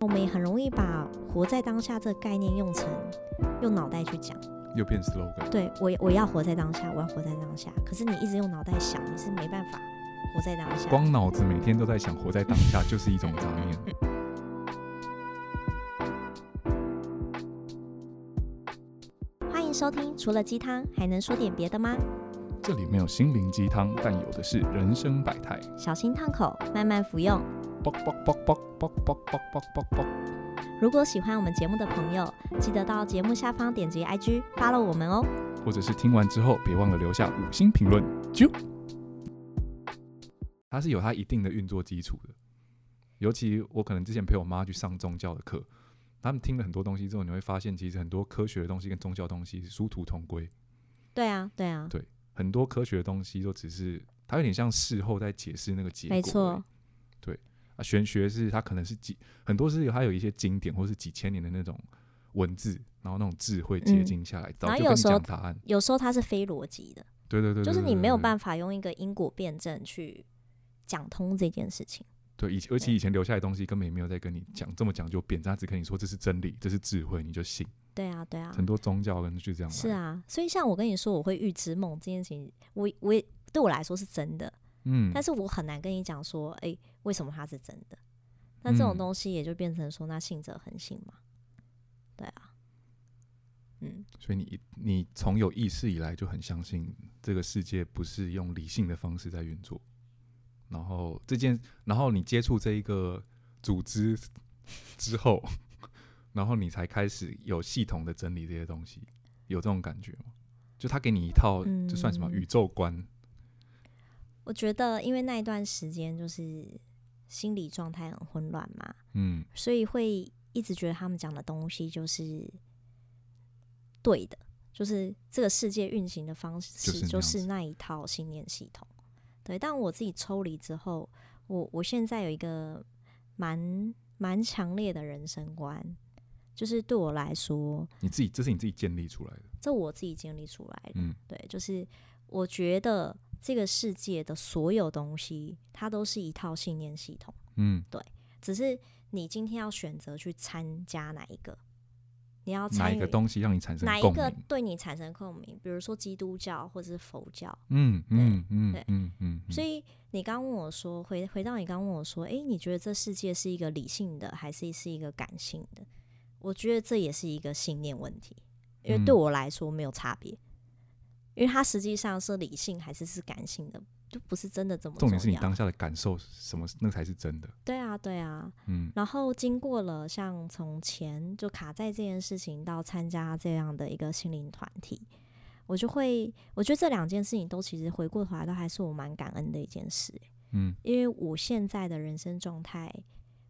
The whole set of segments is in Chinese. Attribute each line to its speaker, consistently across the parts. Speaker 1: 我们也很容易把活在当下这个概念用成用脑袋去讲。
Speaker 2: 又变 slogan，
Speaker 1: 对我，我要活在当下，我要活在当下。可是你一直用脑袋想，你是没办法活在当下。
Speaker 2: 光脑子每天都在想活在当下，就是一种杂念。
Speaker 1: 欢迎收听，除了鸡汤还能说点别的吗？
Speaker 2: 这里没有心灵鸡汤，但有的是人生百态。
Speaker 1: 小心烫口，慢慢服用。
Speaker 2: 啵啵啵啵啵啵啵啵啵啵。
Speaker 1: 如果喜欢我们节目的朋友，记得到节目下方点击 IG follow 我们哦。
Speaker 2: 或者是听完之后，别忘了留下五星评论。啾，它是有它一定的运作基础的。尤其我可能之前陪我妈去上宗教的课，他们听了很多东西之后，你会发现其实很多科学的东西跟宗教的东西是殊途同归，
Speaker 1: 对啊，对啊，
Speaker 2: 对很多科学的东西都只是它有点像事后在解释那个结果而
Speaker 1: 没
Speaker 2: 已。
Speaker 1: 错，
Speaker 2: 啊，玄学是它可能是几很多是有它有一些经典或是几千年的那种文字，然后那种智慧结
Speaker 1: 嗯
Speaker 2: 晶下来，
Speaker 1: 然
Speaker 2: 早
Speaker 1: 后
Speaker 2: 就跟
Speaker 1: 有
Speaker 2: 你
Speaker 1: 时候
Speaker 2: 讲答案。
Speaker 1: 有时候它是非逻辑的，
Speaker 2: 对对对
Speaker 1: 就是你没有
Speaker 2: 法。
Speaker 1: 办法用一个因果辩证去讲通这件事情。
Speaker 2: 对，以前而且以前留下来的东西根本也没有在跟你讲这么讲究变，他只跟你说这是真理，这是智慧，你就信。
Speaker 1: 对啊，对啊，
Speaker 2: 很多宗教跟就这样来
Speaker 1: 是，啊。所以像我跟你说，我会预知梦这件事情，我我也对我来说是真的，
Speaker 2: 嗯，
Speaker 1: 但
Speaker 2: 是
Speaker 1: 是我很难跟你讲说，哎、为什么它是真的？那这种
Speaker 2: 嗯
Speaker 1: 东西也就变成说，那信者恒信嘛。对啊，嗯，
Speaker 2: 所以你你从有意识以来就很相信这个世界不是用理性的方式在运作，然后这件，然后你接触这一个组织之后，然后你才开始有系统的整理这些东西，有这种感觉吗？就他给你一套，这算什么
Speaker 1: 嗯
Speaker 2: 宇宙观？
Speaker 1: 我觉得因为那一段时间就是心理状态很混乱嘛，
Speaker 2: 嗯
Speaker 1: 所以会一直觉得他们讲的东西就是对的，就是这个世界运行的方
Speaker 2: 就是那
Speaker 1: 式
Speaker 2: 样
Speaker 1: 就是
Speaker 2: 子
Speaker 1: 那一套信念系统。对，但我自己抽离之后，我我现在有一个蛮蛮强烈的人生观，就是对我来说，
Speaker 2: 你自己这是你自己建立出来的，
Speaker 1: 这我自己建立出来的。
Speaker 2: 嗯。
Speaker 1: 对，就是我觉得这个世界的所有东西，它都是一套信念系统。
Speaker 2: 嗯，
Speaker 1: 只是你今天要选择去参加哪一个，你要
Speaker 2: 哪
Speaker 1: 参
Speaker 2: 一
Speaker 1: 与
Speaker 2: 个东西让你产生
Speaker 1: 哪一
Speaker 2: 共
Speaker 1: 个
Speaker 2: 鸣？
Speaker 1: 对你产生共鸣，比如说基督教或者是佛教。
Speaker 2: 嗯嗯嗯
Speaker 1: 对
Speaker 2: 嗯嗯，嗯
Speaker 1: 所以你刚问我说，回回到你刚问我说，诶，你觉得这世界是一个理性的还是是一个感性的？我觉得这也是一个信念问题，因为对
Speaker 2: 嗯
Speaker 1: 我来说没有差别，因为它实际上是理性还是是感性的，就不是真的这么
Speaker 2: 重
Speaker 1: 重
Speaker 2: 点是你
Speaker 1: 要。
Speaker 2: 当下的感受是什么，那才是真的。
Speaker 1: 对啊，对啊，
Speaker 2: 嗯
Speaker 1: 然后经过了像从前就卡在这件事情到参加这样的一个心灵团体，我就会我觉得这两件事情都其实回过头来都还是我蛮感恩的一件事，
Speaker 2: 嗯
Speaker 1: 因为我现在的人生状态，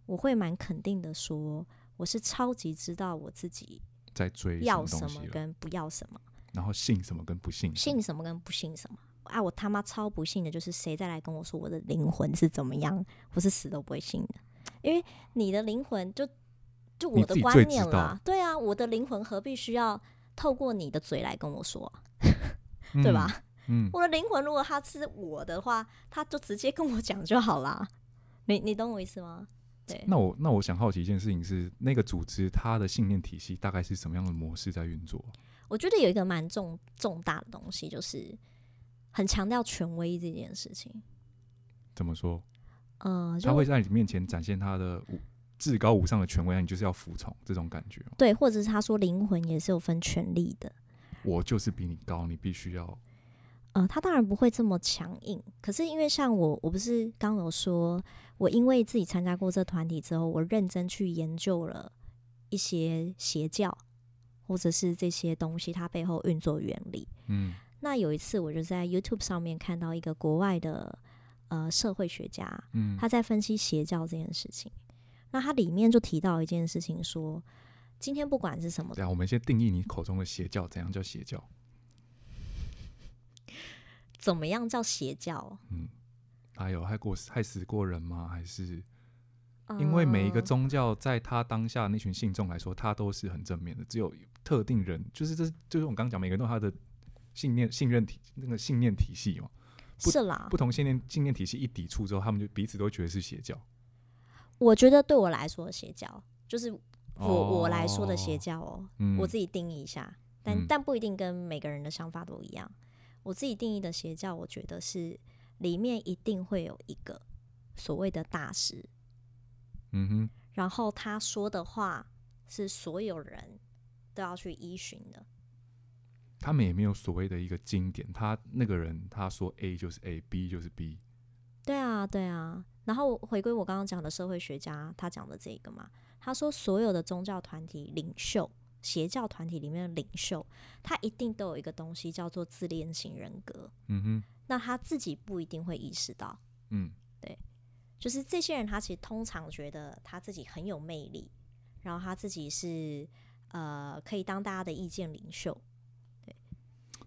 Speaker 1: 我会蛮肯定的说，我是超级知道我自己
Speaker 2: 在追
Speaker 1: 要
Speaker 2: 什么
Speaker 1: 什
Speaker 2: 东
Speaker 1: 么
Speaker 2: 西了，
Speaker 1: 跟不要什么，
Speaker 2: 然后信什么跟不信什么
Speaker 1: 信什么跟不信什么。啊，我他妈超不信的，就是谁再来跟我说我的灵魂是怎么样，我是死都不会信的，因为你的灵魂就就我
Speaker 2: 你
Speaker 1: 的
Speaker 2: 自己
Speaker 1: 观
Speaker 2: 最
Speaker 1: 念
Speaker 2: 知道
Speaker 1: 啦，对啊，我的灵魂何必需要透过你的嘴来跟我说啊，
Speaker 2: 嗯
Speaker 1: 对吧？
Speaker 2: 嗯，
Speaker 1: 我的灵魂如果他是我的话，他就直接跟我讲就好啦。你你懂我意思吗？对，
Speaker 2: 那我那我想好奇一件事情是，那个组织它的信念体系大概是什么样的模式在运作？
Speaker 1: 我觉得有一个蛮重重大的东西，就是很强调权威这件事情。
Speaker 2: 怎么说？
Speaker 1: 呃，就
Speaker 2: 它会在你面前展现它的无至高无上的权威，那你就是要服从这种感觉吗。
Speaker 1: 对，或者是他说灵魂也是有分权利的。
Speaker 2: 我就是比你高，你必须要
Speaker 1: 呃，他当然不会这么强硬，可是因为像我，我不是刚有说，我因为自己参加过这团体之后，我认真去研究了一些邪教或者是这些东西它背后运作原理。
Speaker 2: 嗯
Speaker 1: 那有一次，我就在 YouTube 上面看到一个国外的呃社会学家，
Speaker 2: 嗯
Speaker 1: 他在分析邪教这件事情。那他里面就提到一件事情说今天不管是什么
Speaker 2: 对啊，我们先定义你口中的邪教，怎样叫邪教？
Speaker 1: 怎么样叫邪教？
Speaker 2: 嗯，还有害过害死过人吗？还是因为每一个
Speaker 1: 呃
Speaker 2: 宗教在他当下那群信众来说，他都是很正面的，只有特定人，就是这就是我们刚刚讲，每个人都有他的信念、信任体那个信念体系嘛，不
Speaker 1: 是啦
Speaker 2: 不，同信念信念体系一抵触之后，他们就彼此都觉得是邪教。
Speaker 1: 我觉得对我来说，邪教就是我、
Speaker 2: 哦
Speaker 1: 我来说的邪，教哦，
Speaker 2: 嗯
Speaker 1: 我自己定义一下，但、
Speaker 2: 嗯
Speaker 1: 但不一定跟每个人的想法都一样。我自己定义的邪教，我觉得是里面一定会有一个所谓的大师，
Speaker 2: 嗯哼，
Speaker 1: 然后他说的话是所有人都要去依循的。
Speaker 2: 他们也没有所谓的一个经典，他那个人他说 A 就是 A，B 就是 B，
Speaker 1: 对啊，对啊。然后回归我刚刚讲的社会学家他讲的这个嘛，他说所有的宗教团体领袖、邪教团体里面的领袖，他一定都有一个东西叫做自恋型人格，
Speaker 2: 嗯哼，
Speaker 1: 那他自己不一定会意识到。
Speaker 2: 嗯
Speaker 1: 就是这些人，他其实通常觉得他自己很有魅力，然后他自己是呃可以当大家的意见领袖，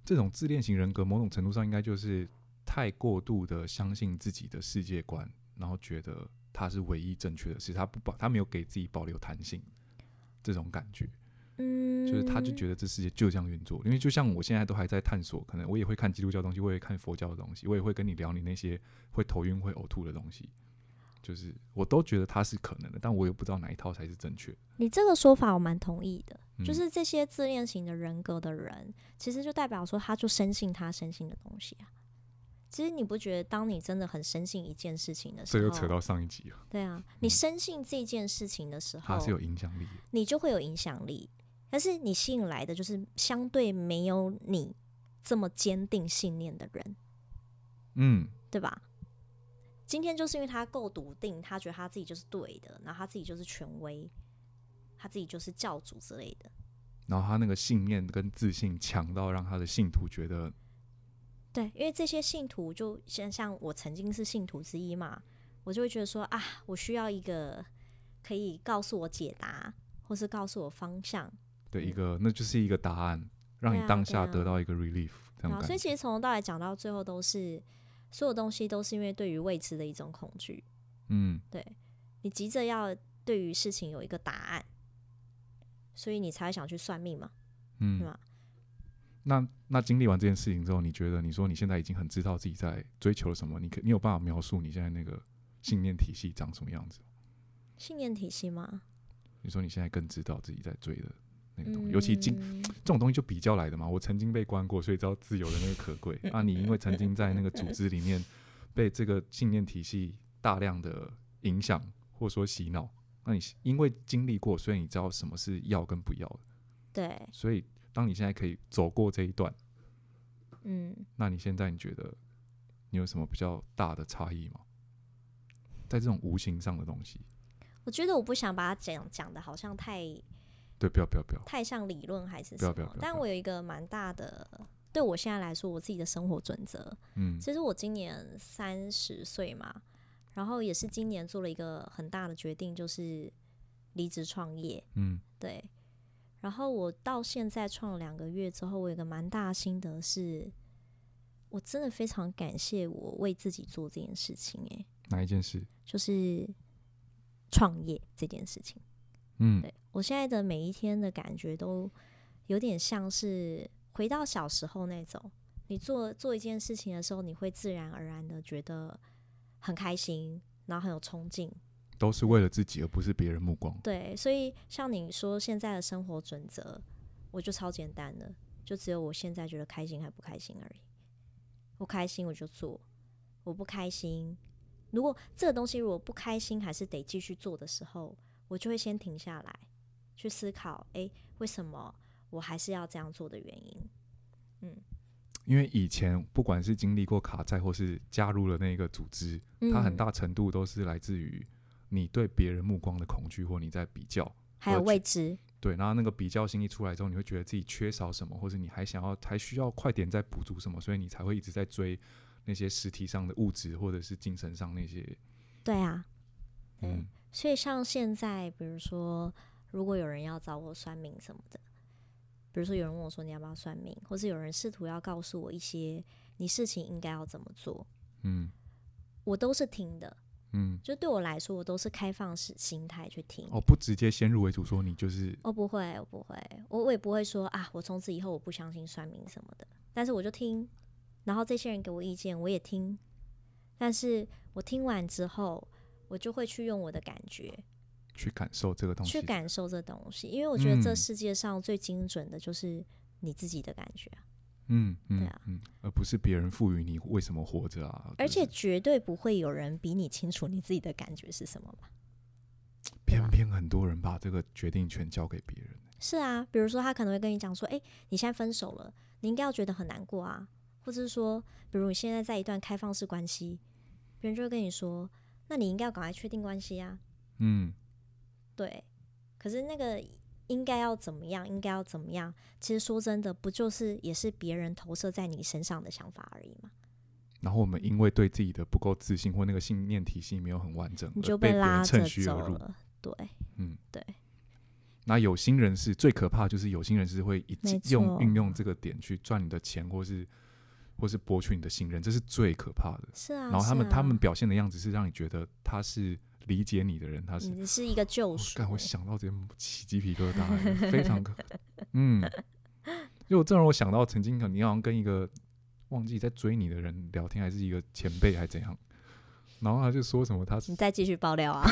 Speaker 2: 这种自恋型人格，某种程度上应该就是太过度的相信自己的世界观，然后觉得它是唯一正确的事，他不保，他没有给自己保留弹性，这种感觉，
Speaker 1: 嗯，
Speaker 2: 就是他就觉得这世界就这样运作。因为就像我现在都还在探索，可能我也会看基督教的东西，我也会看佛教的东西，我也会跟你聊你那些会头晕、会呕吐的东西，就是我都觉得它是可能的，但我又不知道哪一套才是正确的。
Speaker 1: 你这个说法我蛮同意的，
Speaker 2: 嗯
Speaker 1: 就是这些自恋型的人格的人，其实就代表说他就深信他深信的东西啊。其实你不觉得，当你真的很深信一件事情的时
Speaker 2: 这
Speaker 1: 候，
Speaker 2: 又扯到上一集了，
Speaker 1: 对啊，你深信这件事情的时候
Speaker 2: 它，是有影响力的。
Speaker 1: 你就会有影响力。但是你吸引来的就是相对没有你这么坚定信念的人，
Speaker 2: 嗯，
Speaker 1: 对吧？今天就是因为他够笃定，他觉得他自己就是对的，然后他自己就是权威，他自己就是教主之类的。
Speaker 2: 然后他那个信念跟自信强到让他的信徒觉得，
Speaker 1: 对，因为这些信徒就像像我曾经是信徒之一嘛，我就会觉得说啊，我需要一个可以告诉我解答，或是告诉我方向。
Speaker 2: 的一
Speaker 1: 嗯
Speaker 2: 个，那就是一个答案，让
Speaker 1: 对
Speaker 2: 你
Speaker 1: 啊
Speaker 2: 当
Speaker 1: 对
Speaker 2: 下
Speaker 1: 啊
Speaker 2: 得到一个 relief，这
Speaker 1: 对
Speaker 2: 样
Speaker 1: 啊，所
Speaker 2: 感
Speaker 1: 以
Speaker 2: 觉。
Speaker 1: 其实从头到尾讲到最后都是，所有东西都是因为对于未知的一种恐惧。
Speaker 2: 嗯，
Speaker 1: 对你急着要对于事情有一个答案，所以你才会想去算命嘛，对
Speaker 2: 嗯，
Speaker 1: 吗？
Speaker 2: 那那经历完这件事情之后，你觉得你说你现在已经很知道自己在追求了什么，你可你有办法描述你现在那个信念体系长什么样子？
Speaker 1: 信念体系嘛，
Speaker 2: 你说你现在更知道自己在追的那个东西，尤其经
Speaker 1: 嗯
Speaker 2: 这种东西就比较来的嘛。我曾经被关过，所以知道自由的那个可贵啊。你因为曾经在那个组织里面被这个信念体系大量的影响或说洗脑，那你因为经历过，所以你知道什么是要跟不要的。
Speaker 1: 对，
Speaker 2: 所以当你现在可以走过这一段，
Speaker 1: 嗯。
Speaker 2: 那你现在你觉得你有什么比较大的差异吗？在这种无形上的东西，
Speaker 1: 我觉得我不想把它讲讲的好像太
Speaker 2: 对，不要不要不要，
Speaker 1: 太像理论还是
Speaker 2: 不
Speaker 1: 什
Speaker 2: 要
Speaker 1: 么
Speaker 2: 不要不要
Speaker 1: 但
Speaker 2: 不要
Speaker 1: 我有一个蛮大的，对我现在来说，我自己的生活准则。
Speaker 2: 嗯
Speaker 1: 其实我今年三十岁嘛，然后也是今年做了一个很大的决定，就是离职创业。
Speaker 2: 嗯
Speaker 1: 对，然后我到现在创了两个月之后，我有一个蛮大的心得是，我真的非常感谢我为自己做这件事情、欸，
Speaker 2: 哪一件事？
Speaker 1: 就是创业这件事情。
Speaker 2: 嗯
Speaker 1: 对我现在的每一天的感觉都有点像是回到小时候那种，你做做一件事情的时候，你会自然而然的觉得很开心，然后很有冲劲。
Speaker 2: 都是为了自己，而不是别人目光。
Speaker 1: 对，所以像你说现在的生活准则，我就超简单的，就只有我现在觉得开心还不开心而已。我开心我就做，我不开心，如果这个东西如果不开心还是得继续做的时候，我就会先停下来去思考，诶，为什么我还是要这样做的原因？
Speaker 2: 因为以前不管是经历过卡债，或是加入了那个组织，它
Speaker 1: 嗯
Speaker 2: 很大程度都是来自于你对别人目光的恐惧，或你在比较。
Speaker 1: 还有
Speaker 2: 我觉
Speaker 1: 未知，
Speaker 2: 对，然后那个比较心一出来之后，你会觉得自己缺少什么，或者你还想要还需要快点再补足什么，所以你才会一直在追那些实体上的物质，或者是精神上那些。
Speaker 1: 对啊，对
Speaker 2: 嗯
Speaker 1: 所以像现在，比如说，如果有人要找我算命什么的，比如说有人问我说你要不要算命，或是有人试图要告诉我一些你事情应该要怎么做，
Speaker 2: 嗯
Speaker 1: 我都是听的。
Speaker 2: 嗯，
Speaker 1: 就对我来说，我都是开放式心态去听。
Speaker 2: 哦，不直接先入为主说你就是
Speaker 1: 我不会，我不会，我我也不会说啊，我从此以后我不相信算命什么的。但是我就听，然后这些人给我意见，我也听。但是我听完之后，我就会去用我的感觉
Speaker 2: 去感受这个东西
Speaker 1: 去，感受这东西，因为我觉得这
Speaker 2: 嗯
Speaker 1: 世界上最精准的就是你自己的感觉啊、
Speaker 2: 嗯嗯、
Speaker 1: 对啊
Speaker 2: 嗯，而不是别人赋予你为什么活着啊，
Speaker 1: 而且
Speaker 2: 就是
Speaker 1: 绝对不会有人比你清楚你自己的感觉是什么吧？对吧
Speaker 2: 偏偏很多人把这个决定权交给别人，
Speaker 1: 是啊，比如说他可能会跟你讲说，哎、你现在分手了，你应该要觉得很难过啊，或者是说，比如你现在在一段开放式关系，别人就会跟你说，那你应该要赶快确定关系啊，
Speaker 2: 嗯
Speaker 1: 对。可是那个应该要怎么样，应该要怎么样，其实说真的，不就是也是别人投射在你身上的想法而已嘛？
Speaker 2: 然后我们因为对自己的不够自信或那个信念体系没有很完整，
Speaker 1: 你就
Speaker 2: 而被别
Speaker 1: 拉
Speaker 2: 人
Speaker 1: 着
Speaker 2: 趁虚而
Speaker 1: 走
Speaker 2: 入。
Speaker 1: 了，对，
Speaker 2: 嗯，
Speaker 1: 对。
Speaker 2: 那有心人士最可怕就是有心人士会一
Speaker 1: 没
Speaker 2: 直用
Speaker 1: 错
Speaker 2: 运用这个点去赚你的钱，或是或是博取你的信任，这是最可怕的。
Speaker 1: 是啊。
Speaker 2: 然后他们、
Speaker 1: 是啊、
Speaker 2: 他们表现的样子是让你觉得他是理解你的人，他是。
Speaker 1: 你是哦一个救
Speaker 2: 我
Speaker 1: 赎欸
Speaker 2: 哦干，，我想到直接起鸡皮疙瘩欸，非常可，嗯，因为我正让我想到曾经，可能你好像跟一个忘记在追你的人聊天，还是一个前辈，还是怎样，然后他就说什么他是
Speaker 1: 你再继续爆料 啊！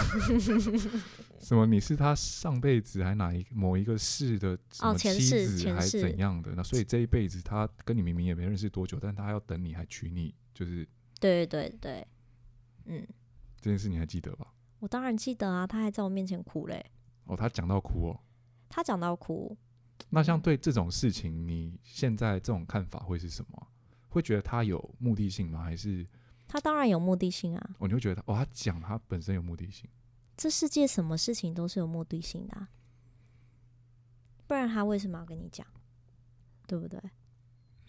Speaker 2: 什么你是他上辈子还哪一某一个世的什
Speaker 1: 哦
Speaker 2: 么
Speaker 1: 前
Speaker 2: 妻
Speaker 1: 世
Speaker 2: 子
Speaker 1: 前
Speaker 2: 还
Speaker 1: 世
Speaker 2: 怎样的，那所以这一辈子他跟你明明也没认识多久，但他要等你还娶你，就是
Speaker 1: 对对对，
Speaker 2: 这件事你还记得吧？
Speaker 1: 我当然记得啊，他还在我面前哭嘞，
Speaker 2: 哦，他讲到哭哦。
Speaker 1: 他讲到哭，
Speaker 2: 那像对这种事情，你现在这种看法会是什么啊？会觉得他有目的性吗？还是
Speaker 1: 他当然有目的性啊。
Speaker 2: 哦，你会觉得哦，他讲他本身有目的性？
Speaker 1: 这世界什么事情都是有目的性的、啊，不然他为什么要跟你讲？对不对？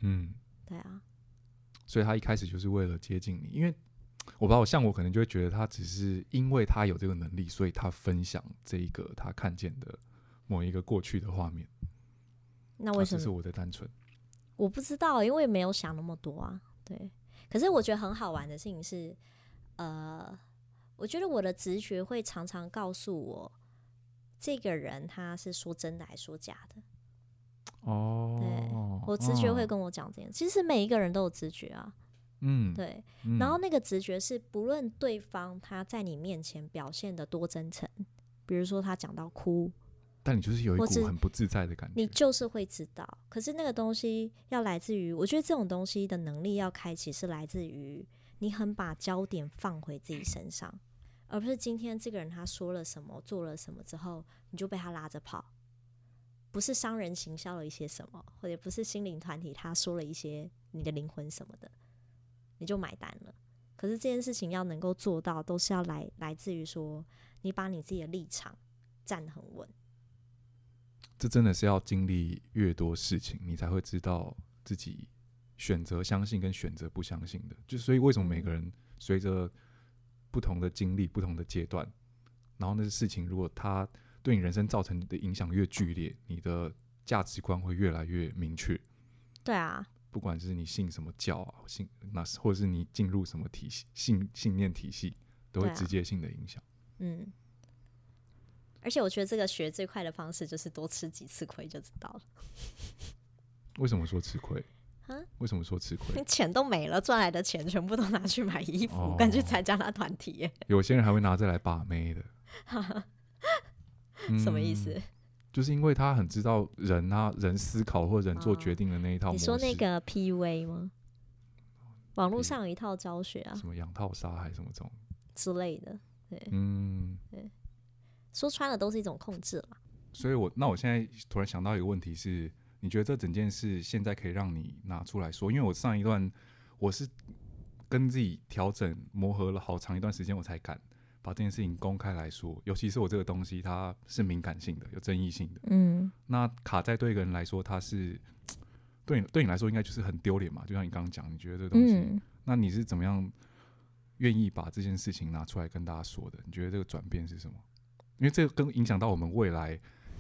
Speaker 2: 嗯，
Speaker 1: 对啊，
Speaker 2: 所以他一开始就是为了接近你，因为我把我像我可能就会觉得他只是因为他有这个能力，所以他分享这一个他看见的某一个过去的画面。
Speaker 1: 那
Speaker 2: 那
Speaker 1: 啊为什
Speaker 2: 这是
Speaker 1: 么？
Speaker 2: 我的单纯。
Speaker 1: 我不知道，因为我也没有想那么多啊。对，可是我觉得很好玩的事情是，呃，我觉得我的直觉会常常告诉我，这个人他是说真的还是说假的。
Speaker 2: 哦，
Speaker 1: 我直觉会
Speaker 2: 哦
Speaker 1: 跟我讲这件事。其实每一个人都有直觉啊，
Speaker 2: 嗯，
Speaker 1: 对。
Speaker 2: 嗯
Speaker 1: 然后那个直觉是，不论对方他在你面前表现的多真诚，比如说他讲到哭，
Speaker 2: 但你就是有一
Speaker 1: 我只
Speaker 2: 股很不自在的感
Speaker 1: 你
Speaker 2: 觉。
Speaker 1: 就是会知道。可是那个东西要来自于，我觉得这种东西的能力要开启是来自于你很把焦点放回自己身上，而不是今天这个人他说了什么、做了什么之后，你就被他拉着跑。不是商人行销了一些什么，或者不是心灵团体他说了一些你的灵魂什么的，你就买单了。可是这件事情要能够做到，都是要来来自于说你把你自己的立场站得很稳。
Speaker 2: 这真的是要经历越多事情，你才会知道自己选择相信跟选择不相信的。就所以为什么每个
Speaker 1: 嗯
Speaker 2: 人随着不同的经历、不同的阶段，然后那些事情如果它对你人生造成的影响越剧烈，你的价值观会越来越明确。
Speaker 1: 对啊，
Speaker 2: 不管是你信什么教啊，信那是或者是你进入什么体系、信信念体系，都会
Speaker 1: 对啊
Speaker 2: 直接性的影响。
Speaker 1: 嗯，而且我觉得这个学最快的方式就是多吃几次亏就知道了，
Speaker 2: 为什么说吃亏
Speaker 1: 啊？
Speaker 2: 为什么说吃亏？
Speaker 1: 钱都没了，赚来的钱全部都拿去买衣服
Speaker 2: 哦，
Speaker 1: 跟去参加那团体耶，
Speaker 2: 有些人还会拿这来把妹的，
Speaker 1: 什么意
Speaker 2: 嗯
Speaker 1: 思？
Speaker 2: 就是因为他很知道人啊，人思考或人做
Speaker 1: 哦
Speaker 2: 决定的那一套模
Speaker 1: 你
Speaker 2: 式。
Speaker 1: 说那个 PUA 吗？网络
Speaker 2: 对
Speaker 1: 上有一套教学啊
Speaker 2: 什么养套杀还是什么这种？
Speaker 1: 之类的，
Speaker 2: 嗯，
Speaker 1: 说穿了都是一种控制啦。
Speaker 2: 所以我那我现在突然想到一个问题是，你觉得这整件事现在可以让你拿出来说？因为我上一段我是跟自己调整磨合了好长一段时间，我才敢把这件事情公开来说。尤其是我这个东西，它是敏感性的，有争议性的。
Speaker 1: 嗯，
Speaker 2: 那卡在对一个人来说，它是对你对你来说应该就是很丢脸嘛？就像你刚刚讲，你觉得这个东西，
Speaker 1: 嗯，
Speaker 2: 那你是怎么样愿意把这件事情拿出来跟大家说的？你觉得这个转变是什么？因为这个更影响到我们未来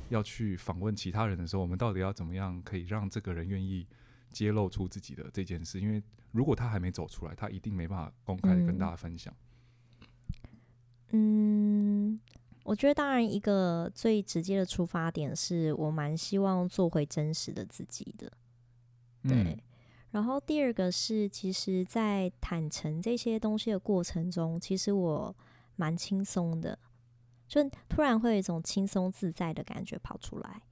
Speaker 2: 要去访问其他人的时候，我们到底要怎么样可以让这个人愿意揭露出自己的这件事？因为如果他还没走出来，他一定没办法公开的跟
Speaker 1: 嗯
Speaker 2: 大家分享。
Speaker 1: 嗯，我觉得当然一个最直接的出发点是我蛮希望做回真实的自己的。对
Speaker 2: 嗯，。
Speaker 1: 然后第二个是，其实，在坦诚这些东西的过程中，其实我蛮轻松的，就突然会有一种轻松自在的感觉跑出来，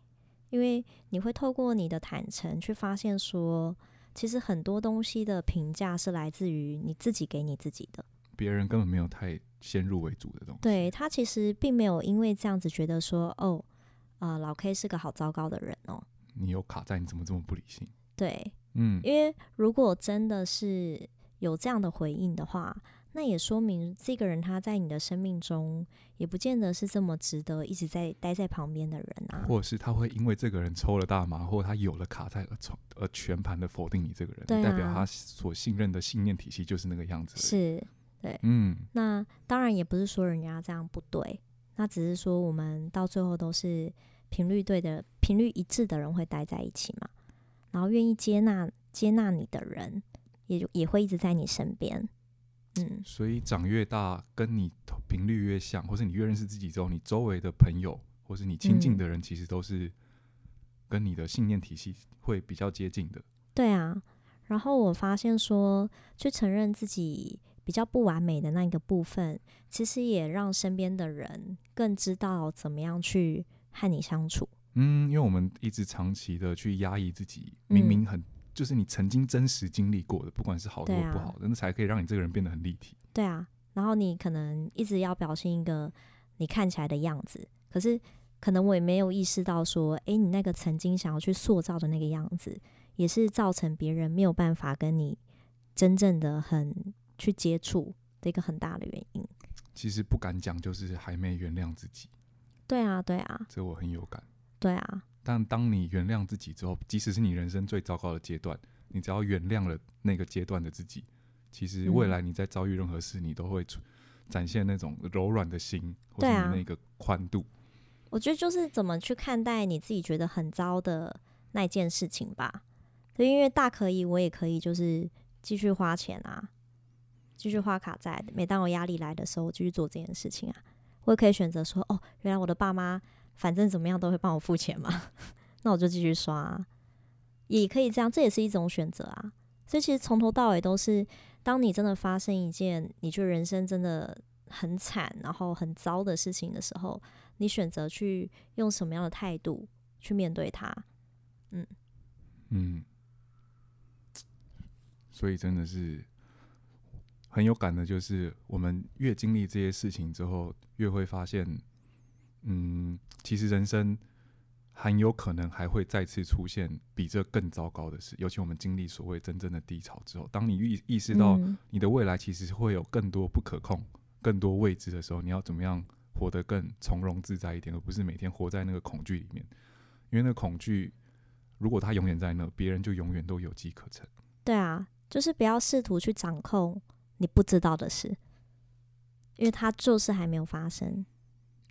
Speaker 1: 因为你会透过你的坦诚去发现说，其实很多东西的评价是来自于你自己给你自己的。
Speaker 2: 别人根本没有太先入为主的东西。
Speaker 1: 对他其实并没有因为这样子觉得说，哦，啊、老 K 是个好糟糕的人哦。
Speaker 2: 你有卡在，你怎么这么不理性？
Speaker 1: 对，
Speaker 2: 嗯，
Speaker 1: 因为如果真的是有这样的回应的话，那也说明这个人他在你的生命中也不见得是这么值得一直在待在旁边的人啊。
Speaker 2: 或者是他会因为这个人抽了大麻，或者他有了卡在而从而全盘的否定你这个人，
Speaker 1: 对啊
Speaker 2: 代表他所信任的信念体系就是那个样子。，
Speaker 1: 是，
Speaker 2: 嗯，
Speaker 1: 那当然也不是说人家这样不对，那只是说我们到最后都是频率对的、频率一致的人会待在一起嘛，然后愿意接纳接纳你的人，也就也会一直在你身边。嗯，
Speaker 2: 所以长越大，跟你同频率越像，或是你越认识自己之后，你周围的朋友或是你亲近的
Speaker 1: 嗯
Speaker 2: 人，其实都是跟你的信念体系会比较接近的。
Speaker 1: 对啊。然后我发现说，去承认自己比较不完美的那个部分，其实也让身边的人更知道怎么样去和你相处。
Speaker 2: 嗯，因为我们一直长期的去压抑自己，
Speaker 1: 嗯
Speaker 2: 明明很、就是你曾经真实经历过的，不管是好的
Speaker 1: 对
Speaker 2: 或不
Speaker 1: 啊
Speaker 2: 好的，那才可以让你这个人变得很立体。
Speaker 1: 对啊，然后你可能一直要表现一个你看起来的样子，可是可能我也没有意识到说，诶，你那个曾经想要去塑造的那个样子，也是造成别人没有办法跟你真正的很去接触的一个很大的原因。
Speaker 2: 其实不敢讲，就是还没原谅自己，
Speaker 1: 对啊，对啊，
Speaker 2: 这我很有感。
Speaker 1: 对啊，
Speaker 2: 但当你原谅自己之后，即使是你人生最糟糕的阶段，你只要原谅了那个阶段的自己，其实未
Speaker 1: 嗯
Speaker 2: 来你在遭遇任何事，你都会出展现那种柔软的心，或者
Speaker 1: 对啊
Speaker 2: 你那个宽度。
Speaker 1: 我觉得就是怎么去看待你自己觉得很糟的那件事情吧。对，因为大可以，我也可以，就是继续花钱啊，继续花卡债。每当我压力来的时候，我继续做这件事情啊。我也可以选择说，哦，原来我的爸妈反正怎么样都会帮我付钱嘛， 那我就继续刷、啊，也可以这样，这也是一种选择啊。所以其实从头到尾都是，当你真的发生一件你觉得人生真的很惨，然后很糟的事情的时候，你选择去用什么样的态度去面对它。
Speaker 2: 嗯，所以真的是很有感的，就是我们越经历这些事情之后，越会发现，嗯，其实人生很有可能还会再次出现比这更糟糕的事。尤其我们经历所谓真正的低潮之后，当你意意识到
Speaker 1: 嗯
Speaker 2: 你的未来其实会有更多不可控、更多未知的时候，你要怎么样活得更从容自在一点，而不是每天活在那个恐惧里面。因为那个恐惧，如果它永远在那，别人就永远都有机可乘。
Speaker 1: 对啊，就是不要试图去掌控你不知道的事，因为它就是还没有发生。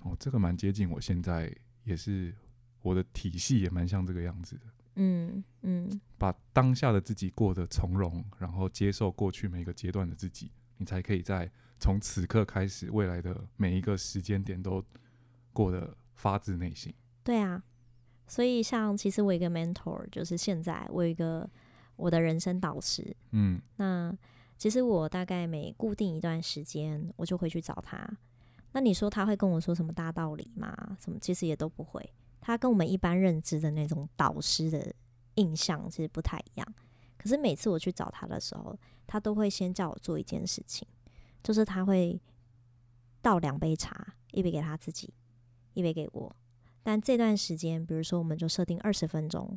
Speaker 2: 哦，这个蛮接近我现在也是我的体系也蛮像这个样子的，
Speaker 1: 嗯嗯，
Speaker 2: 把当下的自己过得从容，然后接受过去每个阶段的自己，你才可以在从此刻开始，未来的每一个时间点都过得发自内心。
Speaker 1: 对啊。所以像其实我有一个 mentor，就是现在我有一个我的人生导师，
Speaker 2: 嗯
Speaker 1: 那其实我大概每固定一段时间，我就回去找他。那你说他会跟我说什么大道理吗？什么其实也都不会。他跟我们一般认知的那种导师的印象其实不太一样。可是每次我去找他的时候，他都会先叫我做一件事情，就是他会倒两杯茶，一杯给他自己，一杯给我。但这段时间，比如说我们就设定二十分钟，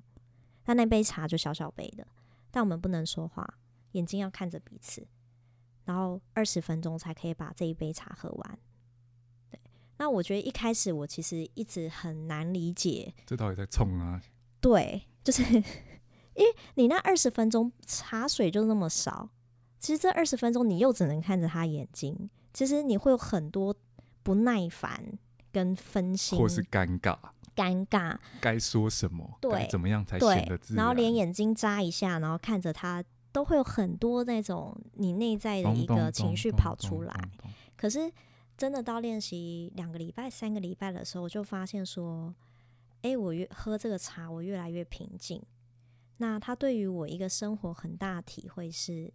Speaker 1: 那那杯茶就小小杯的，但我们不能说话，眼睛要看着彼此，然后二十分钟才可以把这一杯茶喝完。对，那我觉得一开始我其实一直很难理解，
Speaker 2: 这到底在冲啊？
Speaker 1: 对，就是因为你那二十分钟茶水就那么少，其实这二十分钟你又只能看着他眼睛，其实你会有很多不耐烦跟分心，
Speaker 2: 或是尴尬，
Speaker 1: 尴尬，
Speaker 2: 该说什么，
Speaker 1: 对
Speaker 2: 该怎么样才显
Speaker 1: 对
Speaker 2: 得自，然，
Speaker 1: 然后连眼睛眨一下，然后看着他。都会有很多那种你内在的
Speaker 2: 咚
Speaker 1: 一
Speaker 2: 咚
Speaker 1: 个
Speaker 2: 咚
Speaker 1: 情绪
Speaker 2: 咚
Speaker 1: 跑
Speaker 2: 咚
Speaker 1: 出来，
Speaker 2: 咚咚
Speaker 1: 可是真的到练习两个礼拜、三个礼拜的时候，我就发现说，诶，我越喝这个茶，我越来越平静。那它对于我一个生活很大的体会是，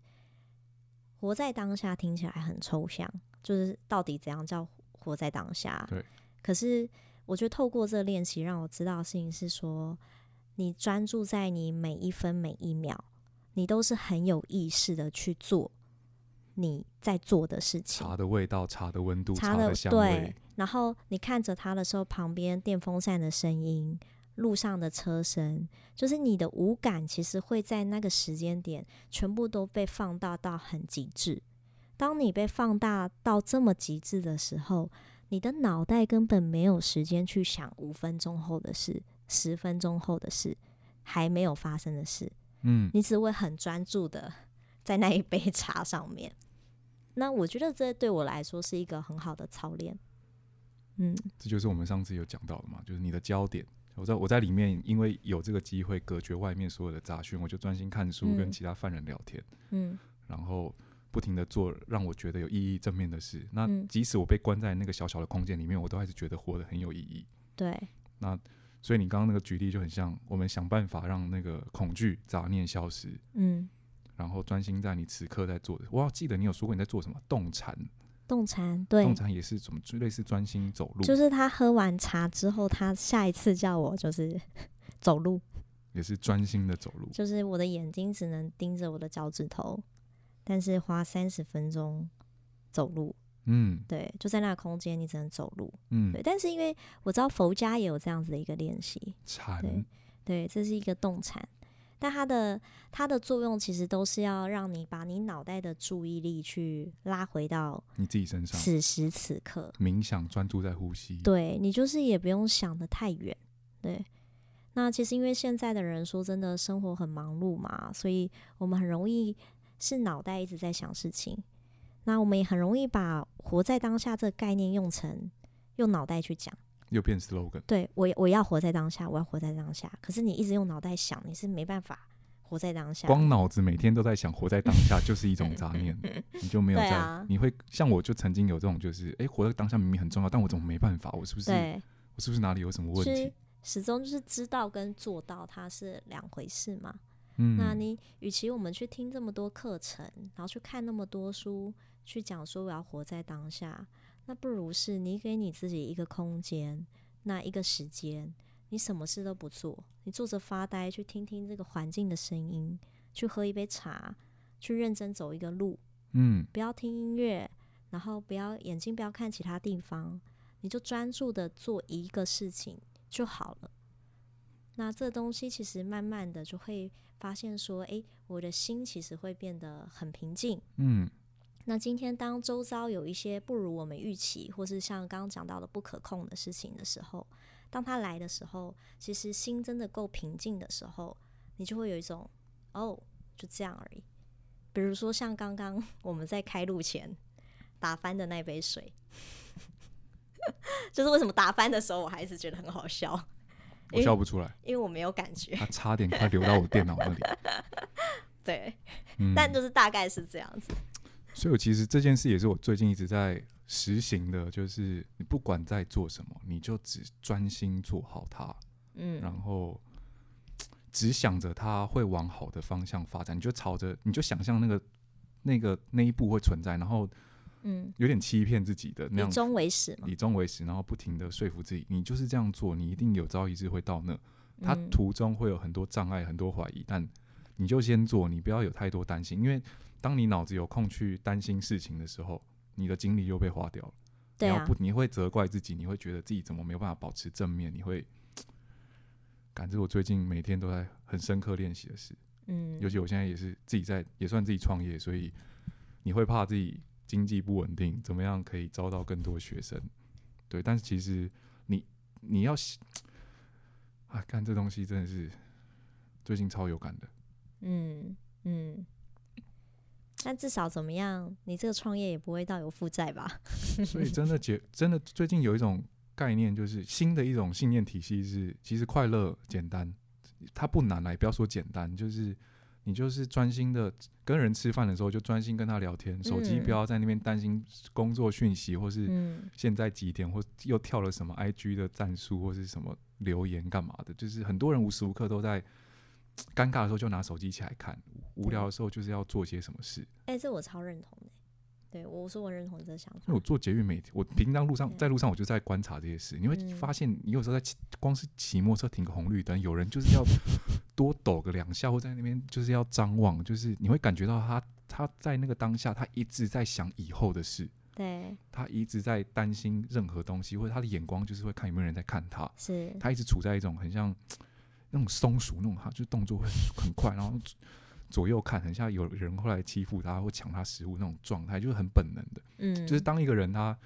Speaker 1: 活在当下听起来很抽象，就是到底怎样叫活在当下？
Speaker 2: 对。
Speaker 1: 可是我觉得透过这个练习，让我知道的事情是说，你专注在你每一分每一秒，你都是很有意识的去做你在做的事情。
Speaker 2: 茶的味道、茶的温度、
Speaker 1: 茶
Speaker 2: 茶
Speaker 1: 的
Speaker 2: 香
Speaker 1: 对
Speaker 2: 味，，
Speaker 1: 然后你看着它的时候，旁边电风扇的声音、路上的车声，就是你的五感其实会在那个时间点全部都被放大到很极致。当你被放大到这么极致的时候，你的脑袋根本没有时间去想五分钟后的事、十分钟后的事、还没有发生的事。
Speaker 2: 嗯，
Speaker 1: 你只会很专注的在那一杯 茶上面。那我觉得这对我来说是一个很好的操练。嗯，
Speaker 2: 这就是我们上次有讲到的嘛，就是你的焦点。我在我在里面，因为有这个机会隔绝外面所有的杂讯，我就专心看书，
Speaker 1: 嗯
Speaker 2: 跟其他犯人聊天，
Speaker 1: 嗯
Speaker 2: 然后不停的做让我觉得有意义、正面的事。那
Speaker 1: 嗯
Speaker 2: 即使我被关在那个小小的空间里面，我都还是觉得活得很有意义。，
Speaker 1: 对，
Speaker 2: 所以你刚刚那个举例就很像，我们想办法让那个恐惧、杂念消失，
Speaker 1: 嗯，
Speaker 2: 然后专心在你此刻在做的。我要记得你有说过你在做什么，动禅，
Speaker 1: 动禅对
Speaker 2: 动，禅也是怎么类似专心走路，
Speaker 1: 就是他喝完茶之后，他下一次叫我就是 走路，
Speaker 2: 也是专心的走路。
Speaker 1: 就是我的眼睛只能盯着我的脚趾头，但是花三十分钟走路，
Speaker 2: 嗯
Speaker 1: 对，就在那个空间你只能走路，
Speaker 2: 嗯
Speaker 1: 对。，但是因为我知道佛家也有这样子的一个练习，
Speaker 2: 禅
Speaker 1: 对，对，这是一个动产，但它的它的作用其实都是要让你把你脑袋的注意力去拉回到
Speaker 2: 你自己身上，
Speaker 1: 此时此刻，
Speaker 2: 冥想专注在呼吸。
Speaker 1: 对你就是也不用想的太远，对。那其实因为现在的人说真的生活很忙碌嘛，所以我们很容易是脑袋一直在想事情，那我们也很容易把活在当下这个概念用成用脑袋去讲。
Speaker 2: 又变 slogan。
Speaker 1: 对我我要活在当下，我要活在当下。可是你一直用脑袋想，你是没办法活在当下。
Speaker 2: 光脑子每天都在想活在当 下，就是一种杂念，你就没有
Speaker 1: 对
Speaker 2: 在。
Speaker 1: 啊
Speaker 2: 你会像我就曾经有这种，就是诶，活在当下明明很重要，但我怎么没办法？我是不是
Speaker 1: 对，
Speaker 2: 我是不是哪里有什么问
Speaker 1: 是
Speaker 2: 题？
Speaker 1: 始终就是知道跟做到它是两回事嘛。
Speaker 2: 嗯，
Speaker 1: 那你与其我们去听这么多课程，然后去看那么多书，去讲说我要活在当下，那不如是你给你自己一个空间，那一个时间，你什么事都不做，你坐着发呆，去听听这个环境的声音，去喝一杯茶，去认真走一个路。
Speaker 2: 嗯
Speaker 1: 不要听音乐，然后不要眼睛不要看其他地方，你就专注的做一个事情就好了。那这东西其实慢慢的就会发现说，诶，我的心其实会变得很平静。
Speaker 2: 嗯
Speaker 1: 那今天当周遭有一些不如我们预期，或是像刚刚讲到的不可控的事情的时候，当它来的时候，其实心真的够平静的时候，你就会有一种哦，就这样而已。比如说像刚刚我们在开路前打翻的那杯水， 就是为什么打翻的时候我还是觉得很好笑，
Speaker 2: 我笑不出来，
Speaker 1: 因为我没有感觉。
Speaker 2: 它差点快流到我电脑那 里。
Speaker 1: 对，
Speaker 2: 嗯，
Speaker 1: 但就是大概是这样子。
Speaker 2: 所以我其实这件事也是我最近一直在实行的，就是你不管在做什么，你就只专心做好它，
Speaker 1: 嗯，
Speaker 2: 然后只想着它会往好的方向发展，你就朝着，你就想象那个那个那一步会存在，然后
Speaker 1: 嗯，
Speaker 2: 有点欺骗自己的那
Speaker 1: 以
Speaker 2: 样子，
Speaker 1: 终为始嘛。
Speaker 2: 以终为始，然后不停的说服自己，你就是这样做，你一定有朝一日会到那。它
Speaker 1: 嗯
Speaker 2: 途中会有很多障碍、很多怀疑，但你就先做，你不要有太多担心，因为当你脑子有空去担心事情的时候，你的精力又被花掉了。
Speaker 1: 对
Speaker 2: 你
Speaker 1: 啊
Speaker 2: 要，不，你会责怪自己，你会觉得自己怎么没有办法保持正面，你会。感觉我最近每天都在很深刻练习的事，
Speaker 1: 嗯，
Speaker 2: 尤其我现在也是自己在，也算自己创业，所以你会怕自己经济不稳定，怎么样可以招到更多学生？对，但是其实你你要想啊，看这东西真的是最近超有感的。
Speaker 1: 嗯，嗯，但至少怎么样，你这个创业也不会到有负债吧？
Speaker 2: 所以真的解，真的最近有一种概念，就是新的一种信念体系是，其实快乐简单，它不难来，也不要说简单，就是你就是专心的跟人吃饭的时候就专心跟他聊天，手机
Speaker 1: 嗯
Speaker 2: 不要在那边担心工作讯息或是
Speaker 1: 嗯
Speaker 2: 现在几点或又跳了什么 IG 的战术或是什么留言干嘛的，就是很多人无时无刻都在。嗯尴尬的时候就拿手机起来看，无聊的时候就是要做些什么事。
Speaker 1: 哎、这我超认同的。对我说我认同这个想
Speaker 2: 因为
Speaker 1: 法
Speaker 2: 我，做捷运每天，我平常路上
Speaker 1: 对
Speaker 2: 在路上我就在观察这些事，你会
Speaker 1: 嗯
Speaker 2: 发现，你有时候在骑，光是骑摩托车停个红绿灯，有人就是要多抖个两下，或在那边就是要张望，就是你会感觉到他他在那个当下，他一直在想以后的事，
Speaker 1: 对，
Speaker 2: 他一直在担心任何东西，或者他的眼光就是会看有没有人在看他，
Speaker 1: 是
Speaker 2: 他一直处在一种很像那种松鼠那种，他就动作会很快，然后左右看，很像有人后来欺负他或抢他食物那种状态，就是很本能的。
Speaker 1: 嗯，
Speaker 2: 就是当一个人他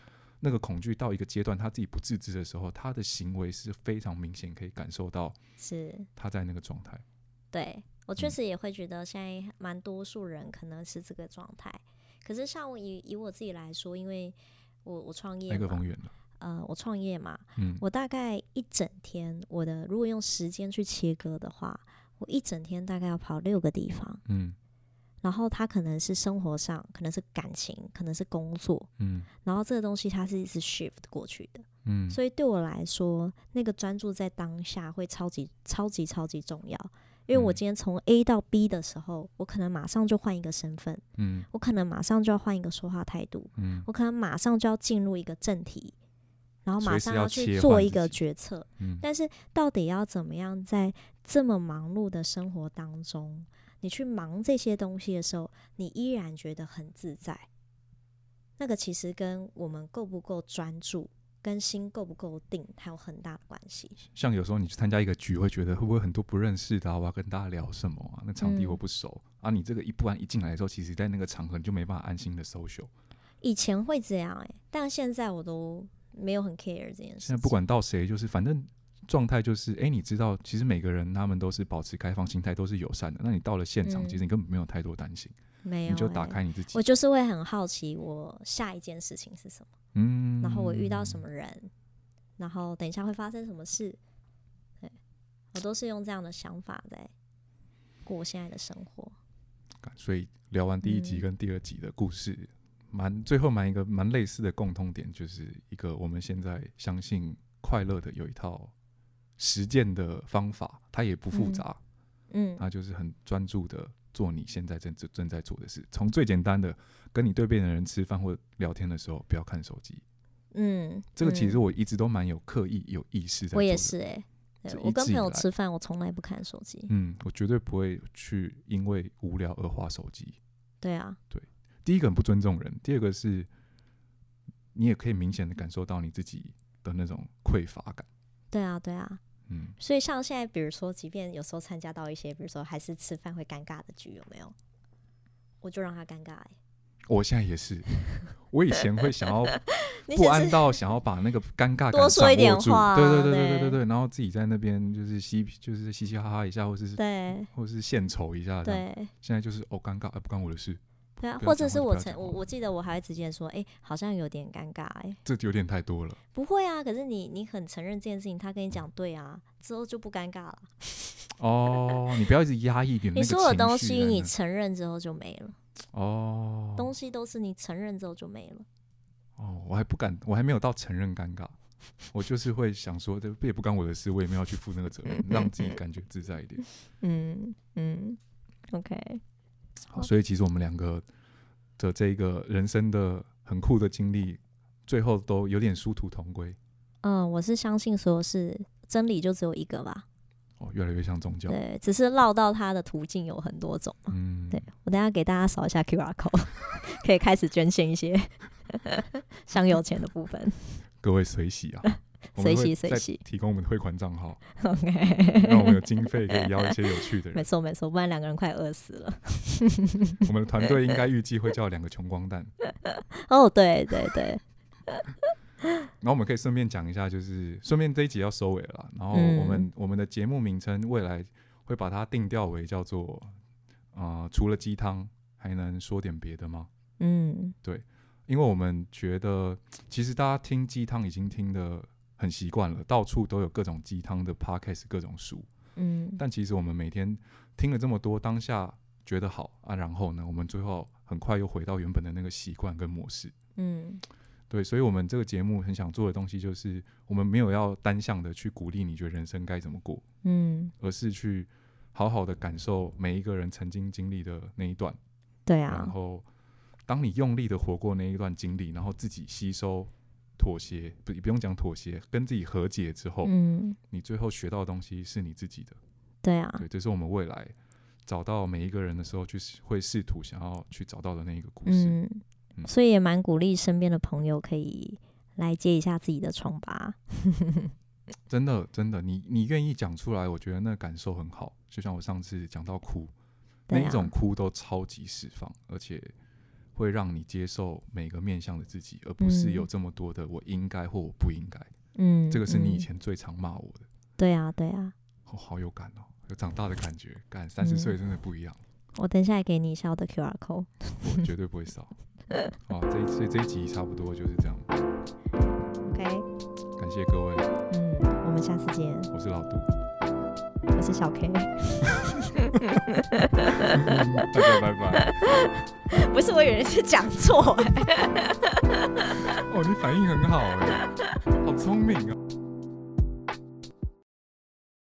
Speaker 2: 那个恐惧到一个阶段，他自己不自知的时候，他的行为是非常明显可以感受到
Speaker 1: 是
Speaker 2: 他在那个状态。
Speaker 1: 对我确
Speaker 2: 嗯
Speaker 1: 实也会觉得现在蛮多数人可能是这个状态。可是像我以以我自己来说，因为我我创业
Speaker 2: 麦克
Speaker 1: 嘛
Speaker 2: 风，远了，
Speaker 1: 呃，我创业嘛，
Speaker 2: 嗯，
Speaker 1: 我大概一整天，我的如果用时间去切割的话，我一整天大概要跑六个地方，
Speaker 2: 嗯
Speaker 1: 然后它可能是生活上，可能是感情，可能是工作，
Speaker 2: 嗯
Speaker 1: 然后这个东西它是一直 shift 过去的，
Speaker 2: 嗯，
Speaker 1: 所以对我来说，那个专注在当下会超级超级超级重要。因为我
Speaker 2: 嗯
Speaker 1: 今天从 A 到 B 的时候，我可能马上就换一个身份，
Speaker 2: 嗯
Speaker 1: 我可能马上就要换一个说话态度，
Speaker 2: 嗯
Speaker 1: 我可能马上就要进入一个正题，然后马
Speaker 2: 随
Speaker 1: 上
Speaker 2: 时要切
Speaker 1: 去
Speaker 2: 换
Speaker 1: 做
Speaker 2: 自
Speaker 1: 一个
Speaker 2: 己
Speaker 1: 决策。
Speaker 2: 嗯，
Speaker 1: 但是到底要怎么样在这么忙碌的生活当中，你去忙这些东西的时候，你依然觉得很自在？那个其实跟我们够不够专注，跟心够不够定，还有很大的关系。
Speaker 2: 像有时候你去参加一个局，会觉得会不会很多不认识的、啊，我要跟大家聊什么啊？那场地
Speaker 1: 嗯
Speaker 2: 我不熟、啊，你这个一不然一进来的时候，其实在那个场合你就没办法安心的 social。
Speaker 1: 以前会这样哎、但现在我都没有很 care 这件事情。
Speaker 2: 现在不管到谁，就是反正状态就是，哎、你知道，其实每个人他们都是保持开放心态，都是友善的。那你到了现场，
Speaker 1: 嗯
Speaker 2: 其实你根本没有太多担心，
Speaker 1: 没有、欸
Speaker 2: 你就打。开你自己
Speaker 1: 我。就是会很好奇，我下一件事情是什么，
Speaker 2: 嗯，
Speaker 1: 然后我遇到什
Speaker 2: 么？
Speaker 1: 么人，然后等一下会发生什么事，对我都是用这样的想法在过现在的生活。
Speaker 2: 所以聊完第一集
Speaker 1: 嗯
Speaker 2: 跟第二集的故事，蛮最后蛮一个蛮类似的共通点，就是一个我们现在相信快乐的有一套实践的方法，它也不复
Speaker 1: 嗯
Speaker 2: 杂，
Speaker 1: 嗯，
Speaker 2: 那就是很专注的做你现在正正正在做的事。从最简单的跟你对面的人吃饭或聊天的时候，不要看手机。
Speaker 1: 嗯，
Speaker 2: 这个其
Speaker 1: 嗯
Speaker 2: 实我一直都蛮有刻意、有意识在做
Speaker 1: 我
Speaker 2: 的。
Speaker 1: 也是哎、对
Speaker 2: 这
Speaker 1: 我
Speaker 2: 一
Speaker 1: 跟
Speaker 2: 直
Speaker 1: 朋
Speaker 2: 以
Speaker 1: 友
Speaker 2: 来
Speaker 1: 吃饭，我从来不看手机。
Speaker 2: 嗯，我绝对不会去因为无聊而划手机。
Speaker 1: 对啊，
Speaker 2: 第一个很不尊重人，第二个是你也可以明显的感受到你自己的那种匮乏感。
Speaker 1: 对啊，对啊。
Speaker 2: 嗯，
Speaker 1: 所以像现在，比如说，即便有时候参加到一些，比如说还是吃饭会尴尬的局，有没有？我就让他尴尬、欸。
Speaker 2: 我现在也 是，我以前会想要
Speaker 1: 你
Speaker 2: 不
Speaker 1: 只
Speaker 2: 安
Speaker 1: 是
Speaker 2: 到想要把那个尴尬感
Speaker 1: 多说一点
Speaker 2: 掌握住
Speaker 1: 话
Speaker 2: 对对对对对
Speaker 1: 对
Speaker 2: 对对，然后自己在那边就是嘻就是嘻嘻哈哈一下，或者是
Speaker 1: 对
Speaker 2: 或者是献丑一下。，
Speaker 1: 对
Speaker 2: 现在就是哦尴尬，哎不关我的事，
Speaker 1: 对啊，
Speaker 2: 不要
Speaker 1: 或者
Speaker 2: 讲
Speaker 1: 是
Speaker 2: 话
Speaker 1: 我
Speaker 2: 就不要
Speaker 1: 曾
Speaker 2: 讲
Speaker 1: 我
Speaker 2: 话
Speaker 1: 我记得我还会直接说，哎、好像有点尴尬、欸，哎，
Speaker 2: 这有点太多了。
Speaker 1: 不会啊，可是你你很承认这件事情，他跟你讲
Speaker 2: 嗯
Speaker 1: 对啊，之后就不尴尬了。
Speaker 2: 哦，你不要一直压抑你的那
Speaker 1: 你
Speaker 2: 个
Speaker 1: 所有
Speaker 2: 情
Speaker 1: 东
Speaker 2: 绪
Speaker 1: 西
Speaker 2: 在
Speaker 1: 你
Speaker 2: 那
Speaker 1: 承认之后就没了，
Speaker 2: 哦
Speaker 1: 东西都是你承认之后就没了。
Speaker 2: 哦，我还不敢，我还没有到承认尴尬， 我就是会想说，这也不干我的事，我也没有要去负那个责任，让自己感觉自在一点。
Speaker 1: 嗯嗯，OK，嗯
Speaker 2: 好，所以其实我们两个的这个人生的很酷的经历，最后都有点殊途同归。
Speaker 1: 嗯，我是相信所有事真理就只有一个吧，
Speaker 2: 哦，越来越像宗教。
Speaker 1: 对，只是绕到它的途径有很多种。
Speaker 2: 嗯，
Speaker 1: 对我等一下给大家扫一下 QR code，可以开始捐献一些 香油钱的部分。
Speaker 2: 各位随喜 啊，我
Speaker 1: 随
Speaker 2: 们会
Speaker 1: 喜随
Speaker 2: 再
Speaker 1: 喜
Speaker 2: 提供我们的汇款账号，让我们
Speaker 1: OK，
Speaker 2: 有经费可以邀一些有趣的
Speaker 1: 没
Speaker 2: 人。
Speaker 1: 错没错，不然两个人快饿死了。
Speaker 2: 我们的团队应该预计会叫两个穷光蛋，
Speaker 1: 哦，对对对，
Speaker 2: 然后我们可以顺便讲一下，就是顺便这一集要收尾了啦。然后我们、我们的节目名称未来会把它定调为叫做呃，除了鸡汤还能说点别的吗？
Speaker 1: 嗯
Speaker 2: 因为我们觉得其实大家听鸡汤已经听得很习惯了，到处都有各种鸡汤的 podcast 各种书，
Speaker 1: 嗯，
Speaker 2: 但其实我们每天听了这么多，当下觉得好啊，然后呢，我们最后很快又回到原本的那个习惯跟模式。
Speaker 1: 嗯
Speaker 2: 对，所以，我们这个节目很想做的东西，就是我们没有要单向的去鼓励你觉得人生该怎么过，
Speaker 1: 嗯，
Speaker 2: 而是去好好的感受每一个人曾经经历的那一段，
Speaker 1: 对
Speaker 2: 然
Speaker 1: 啊，
Speaker 2: 后当你用力的活过那一段经历，然后自己吸收、妥协，不不用讲妥协，跟自己和解之后，
Speaker 1: 嗯，
Speaker 2: 你最后学到的东西是你自己的。
Speaker 1: 对啊，
Speaker 2: 对，这是我们未来找到每一个人的时候去试会试图想要去找到的那一个故事。
Speaker 1: 嗯，
Speaker 2: 嗯
Speaker 1: 所以也蛮鼓励身边的朋友可以来接一下自己的疮疤。
Speaker 2: 真的，真的，你你愿意讲出来，我觉得那感受很好。就像我上次讲到哭，那
Speaker 1: 对
Speaker 2: 一
Speaker 1: 啊，
Speaker 2: 种哭都超级释放，而且会让你接受每个面向的自己，而不是
Speaker 1: 嗯
Speaker 2: 有这么多的我应该或我不应该。
Speaker 1: 嗯，
Speaker 2: 这个是你以
Speaker 1: 嗯
Speaker 2: 前最常骂我的，
Speaker 1: 对啊，对啊，
Speaker 2: 哦，好有感哦，有长大的感觉，感三十
Speaker 1: 嗯
Speaker 2: 岁真的不一样，
Speaker 1: 我等一下也给你一下我的 QR code。
Speaker 2: 我绝对不会 少。好，这一所以这一集差不多就是这样，
Speaker 1: OK，
Speaker 2: 感谢各位，
Speaker 1: 嗯，我们下次见。
Speaker 2: 我 是老杜，
Speaker 1: 我是小 K，
Speaker 2: 大家拜拜。
Speaker 1: 不是我以为是讲错、
Speaker 2: 哦，你反应很好哎，好聪明啊。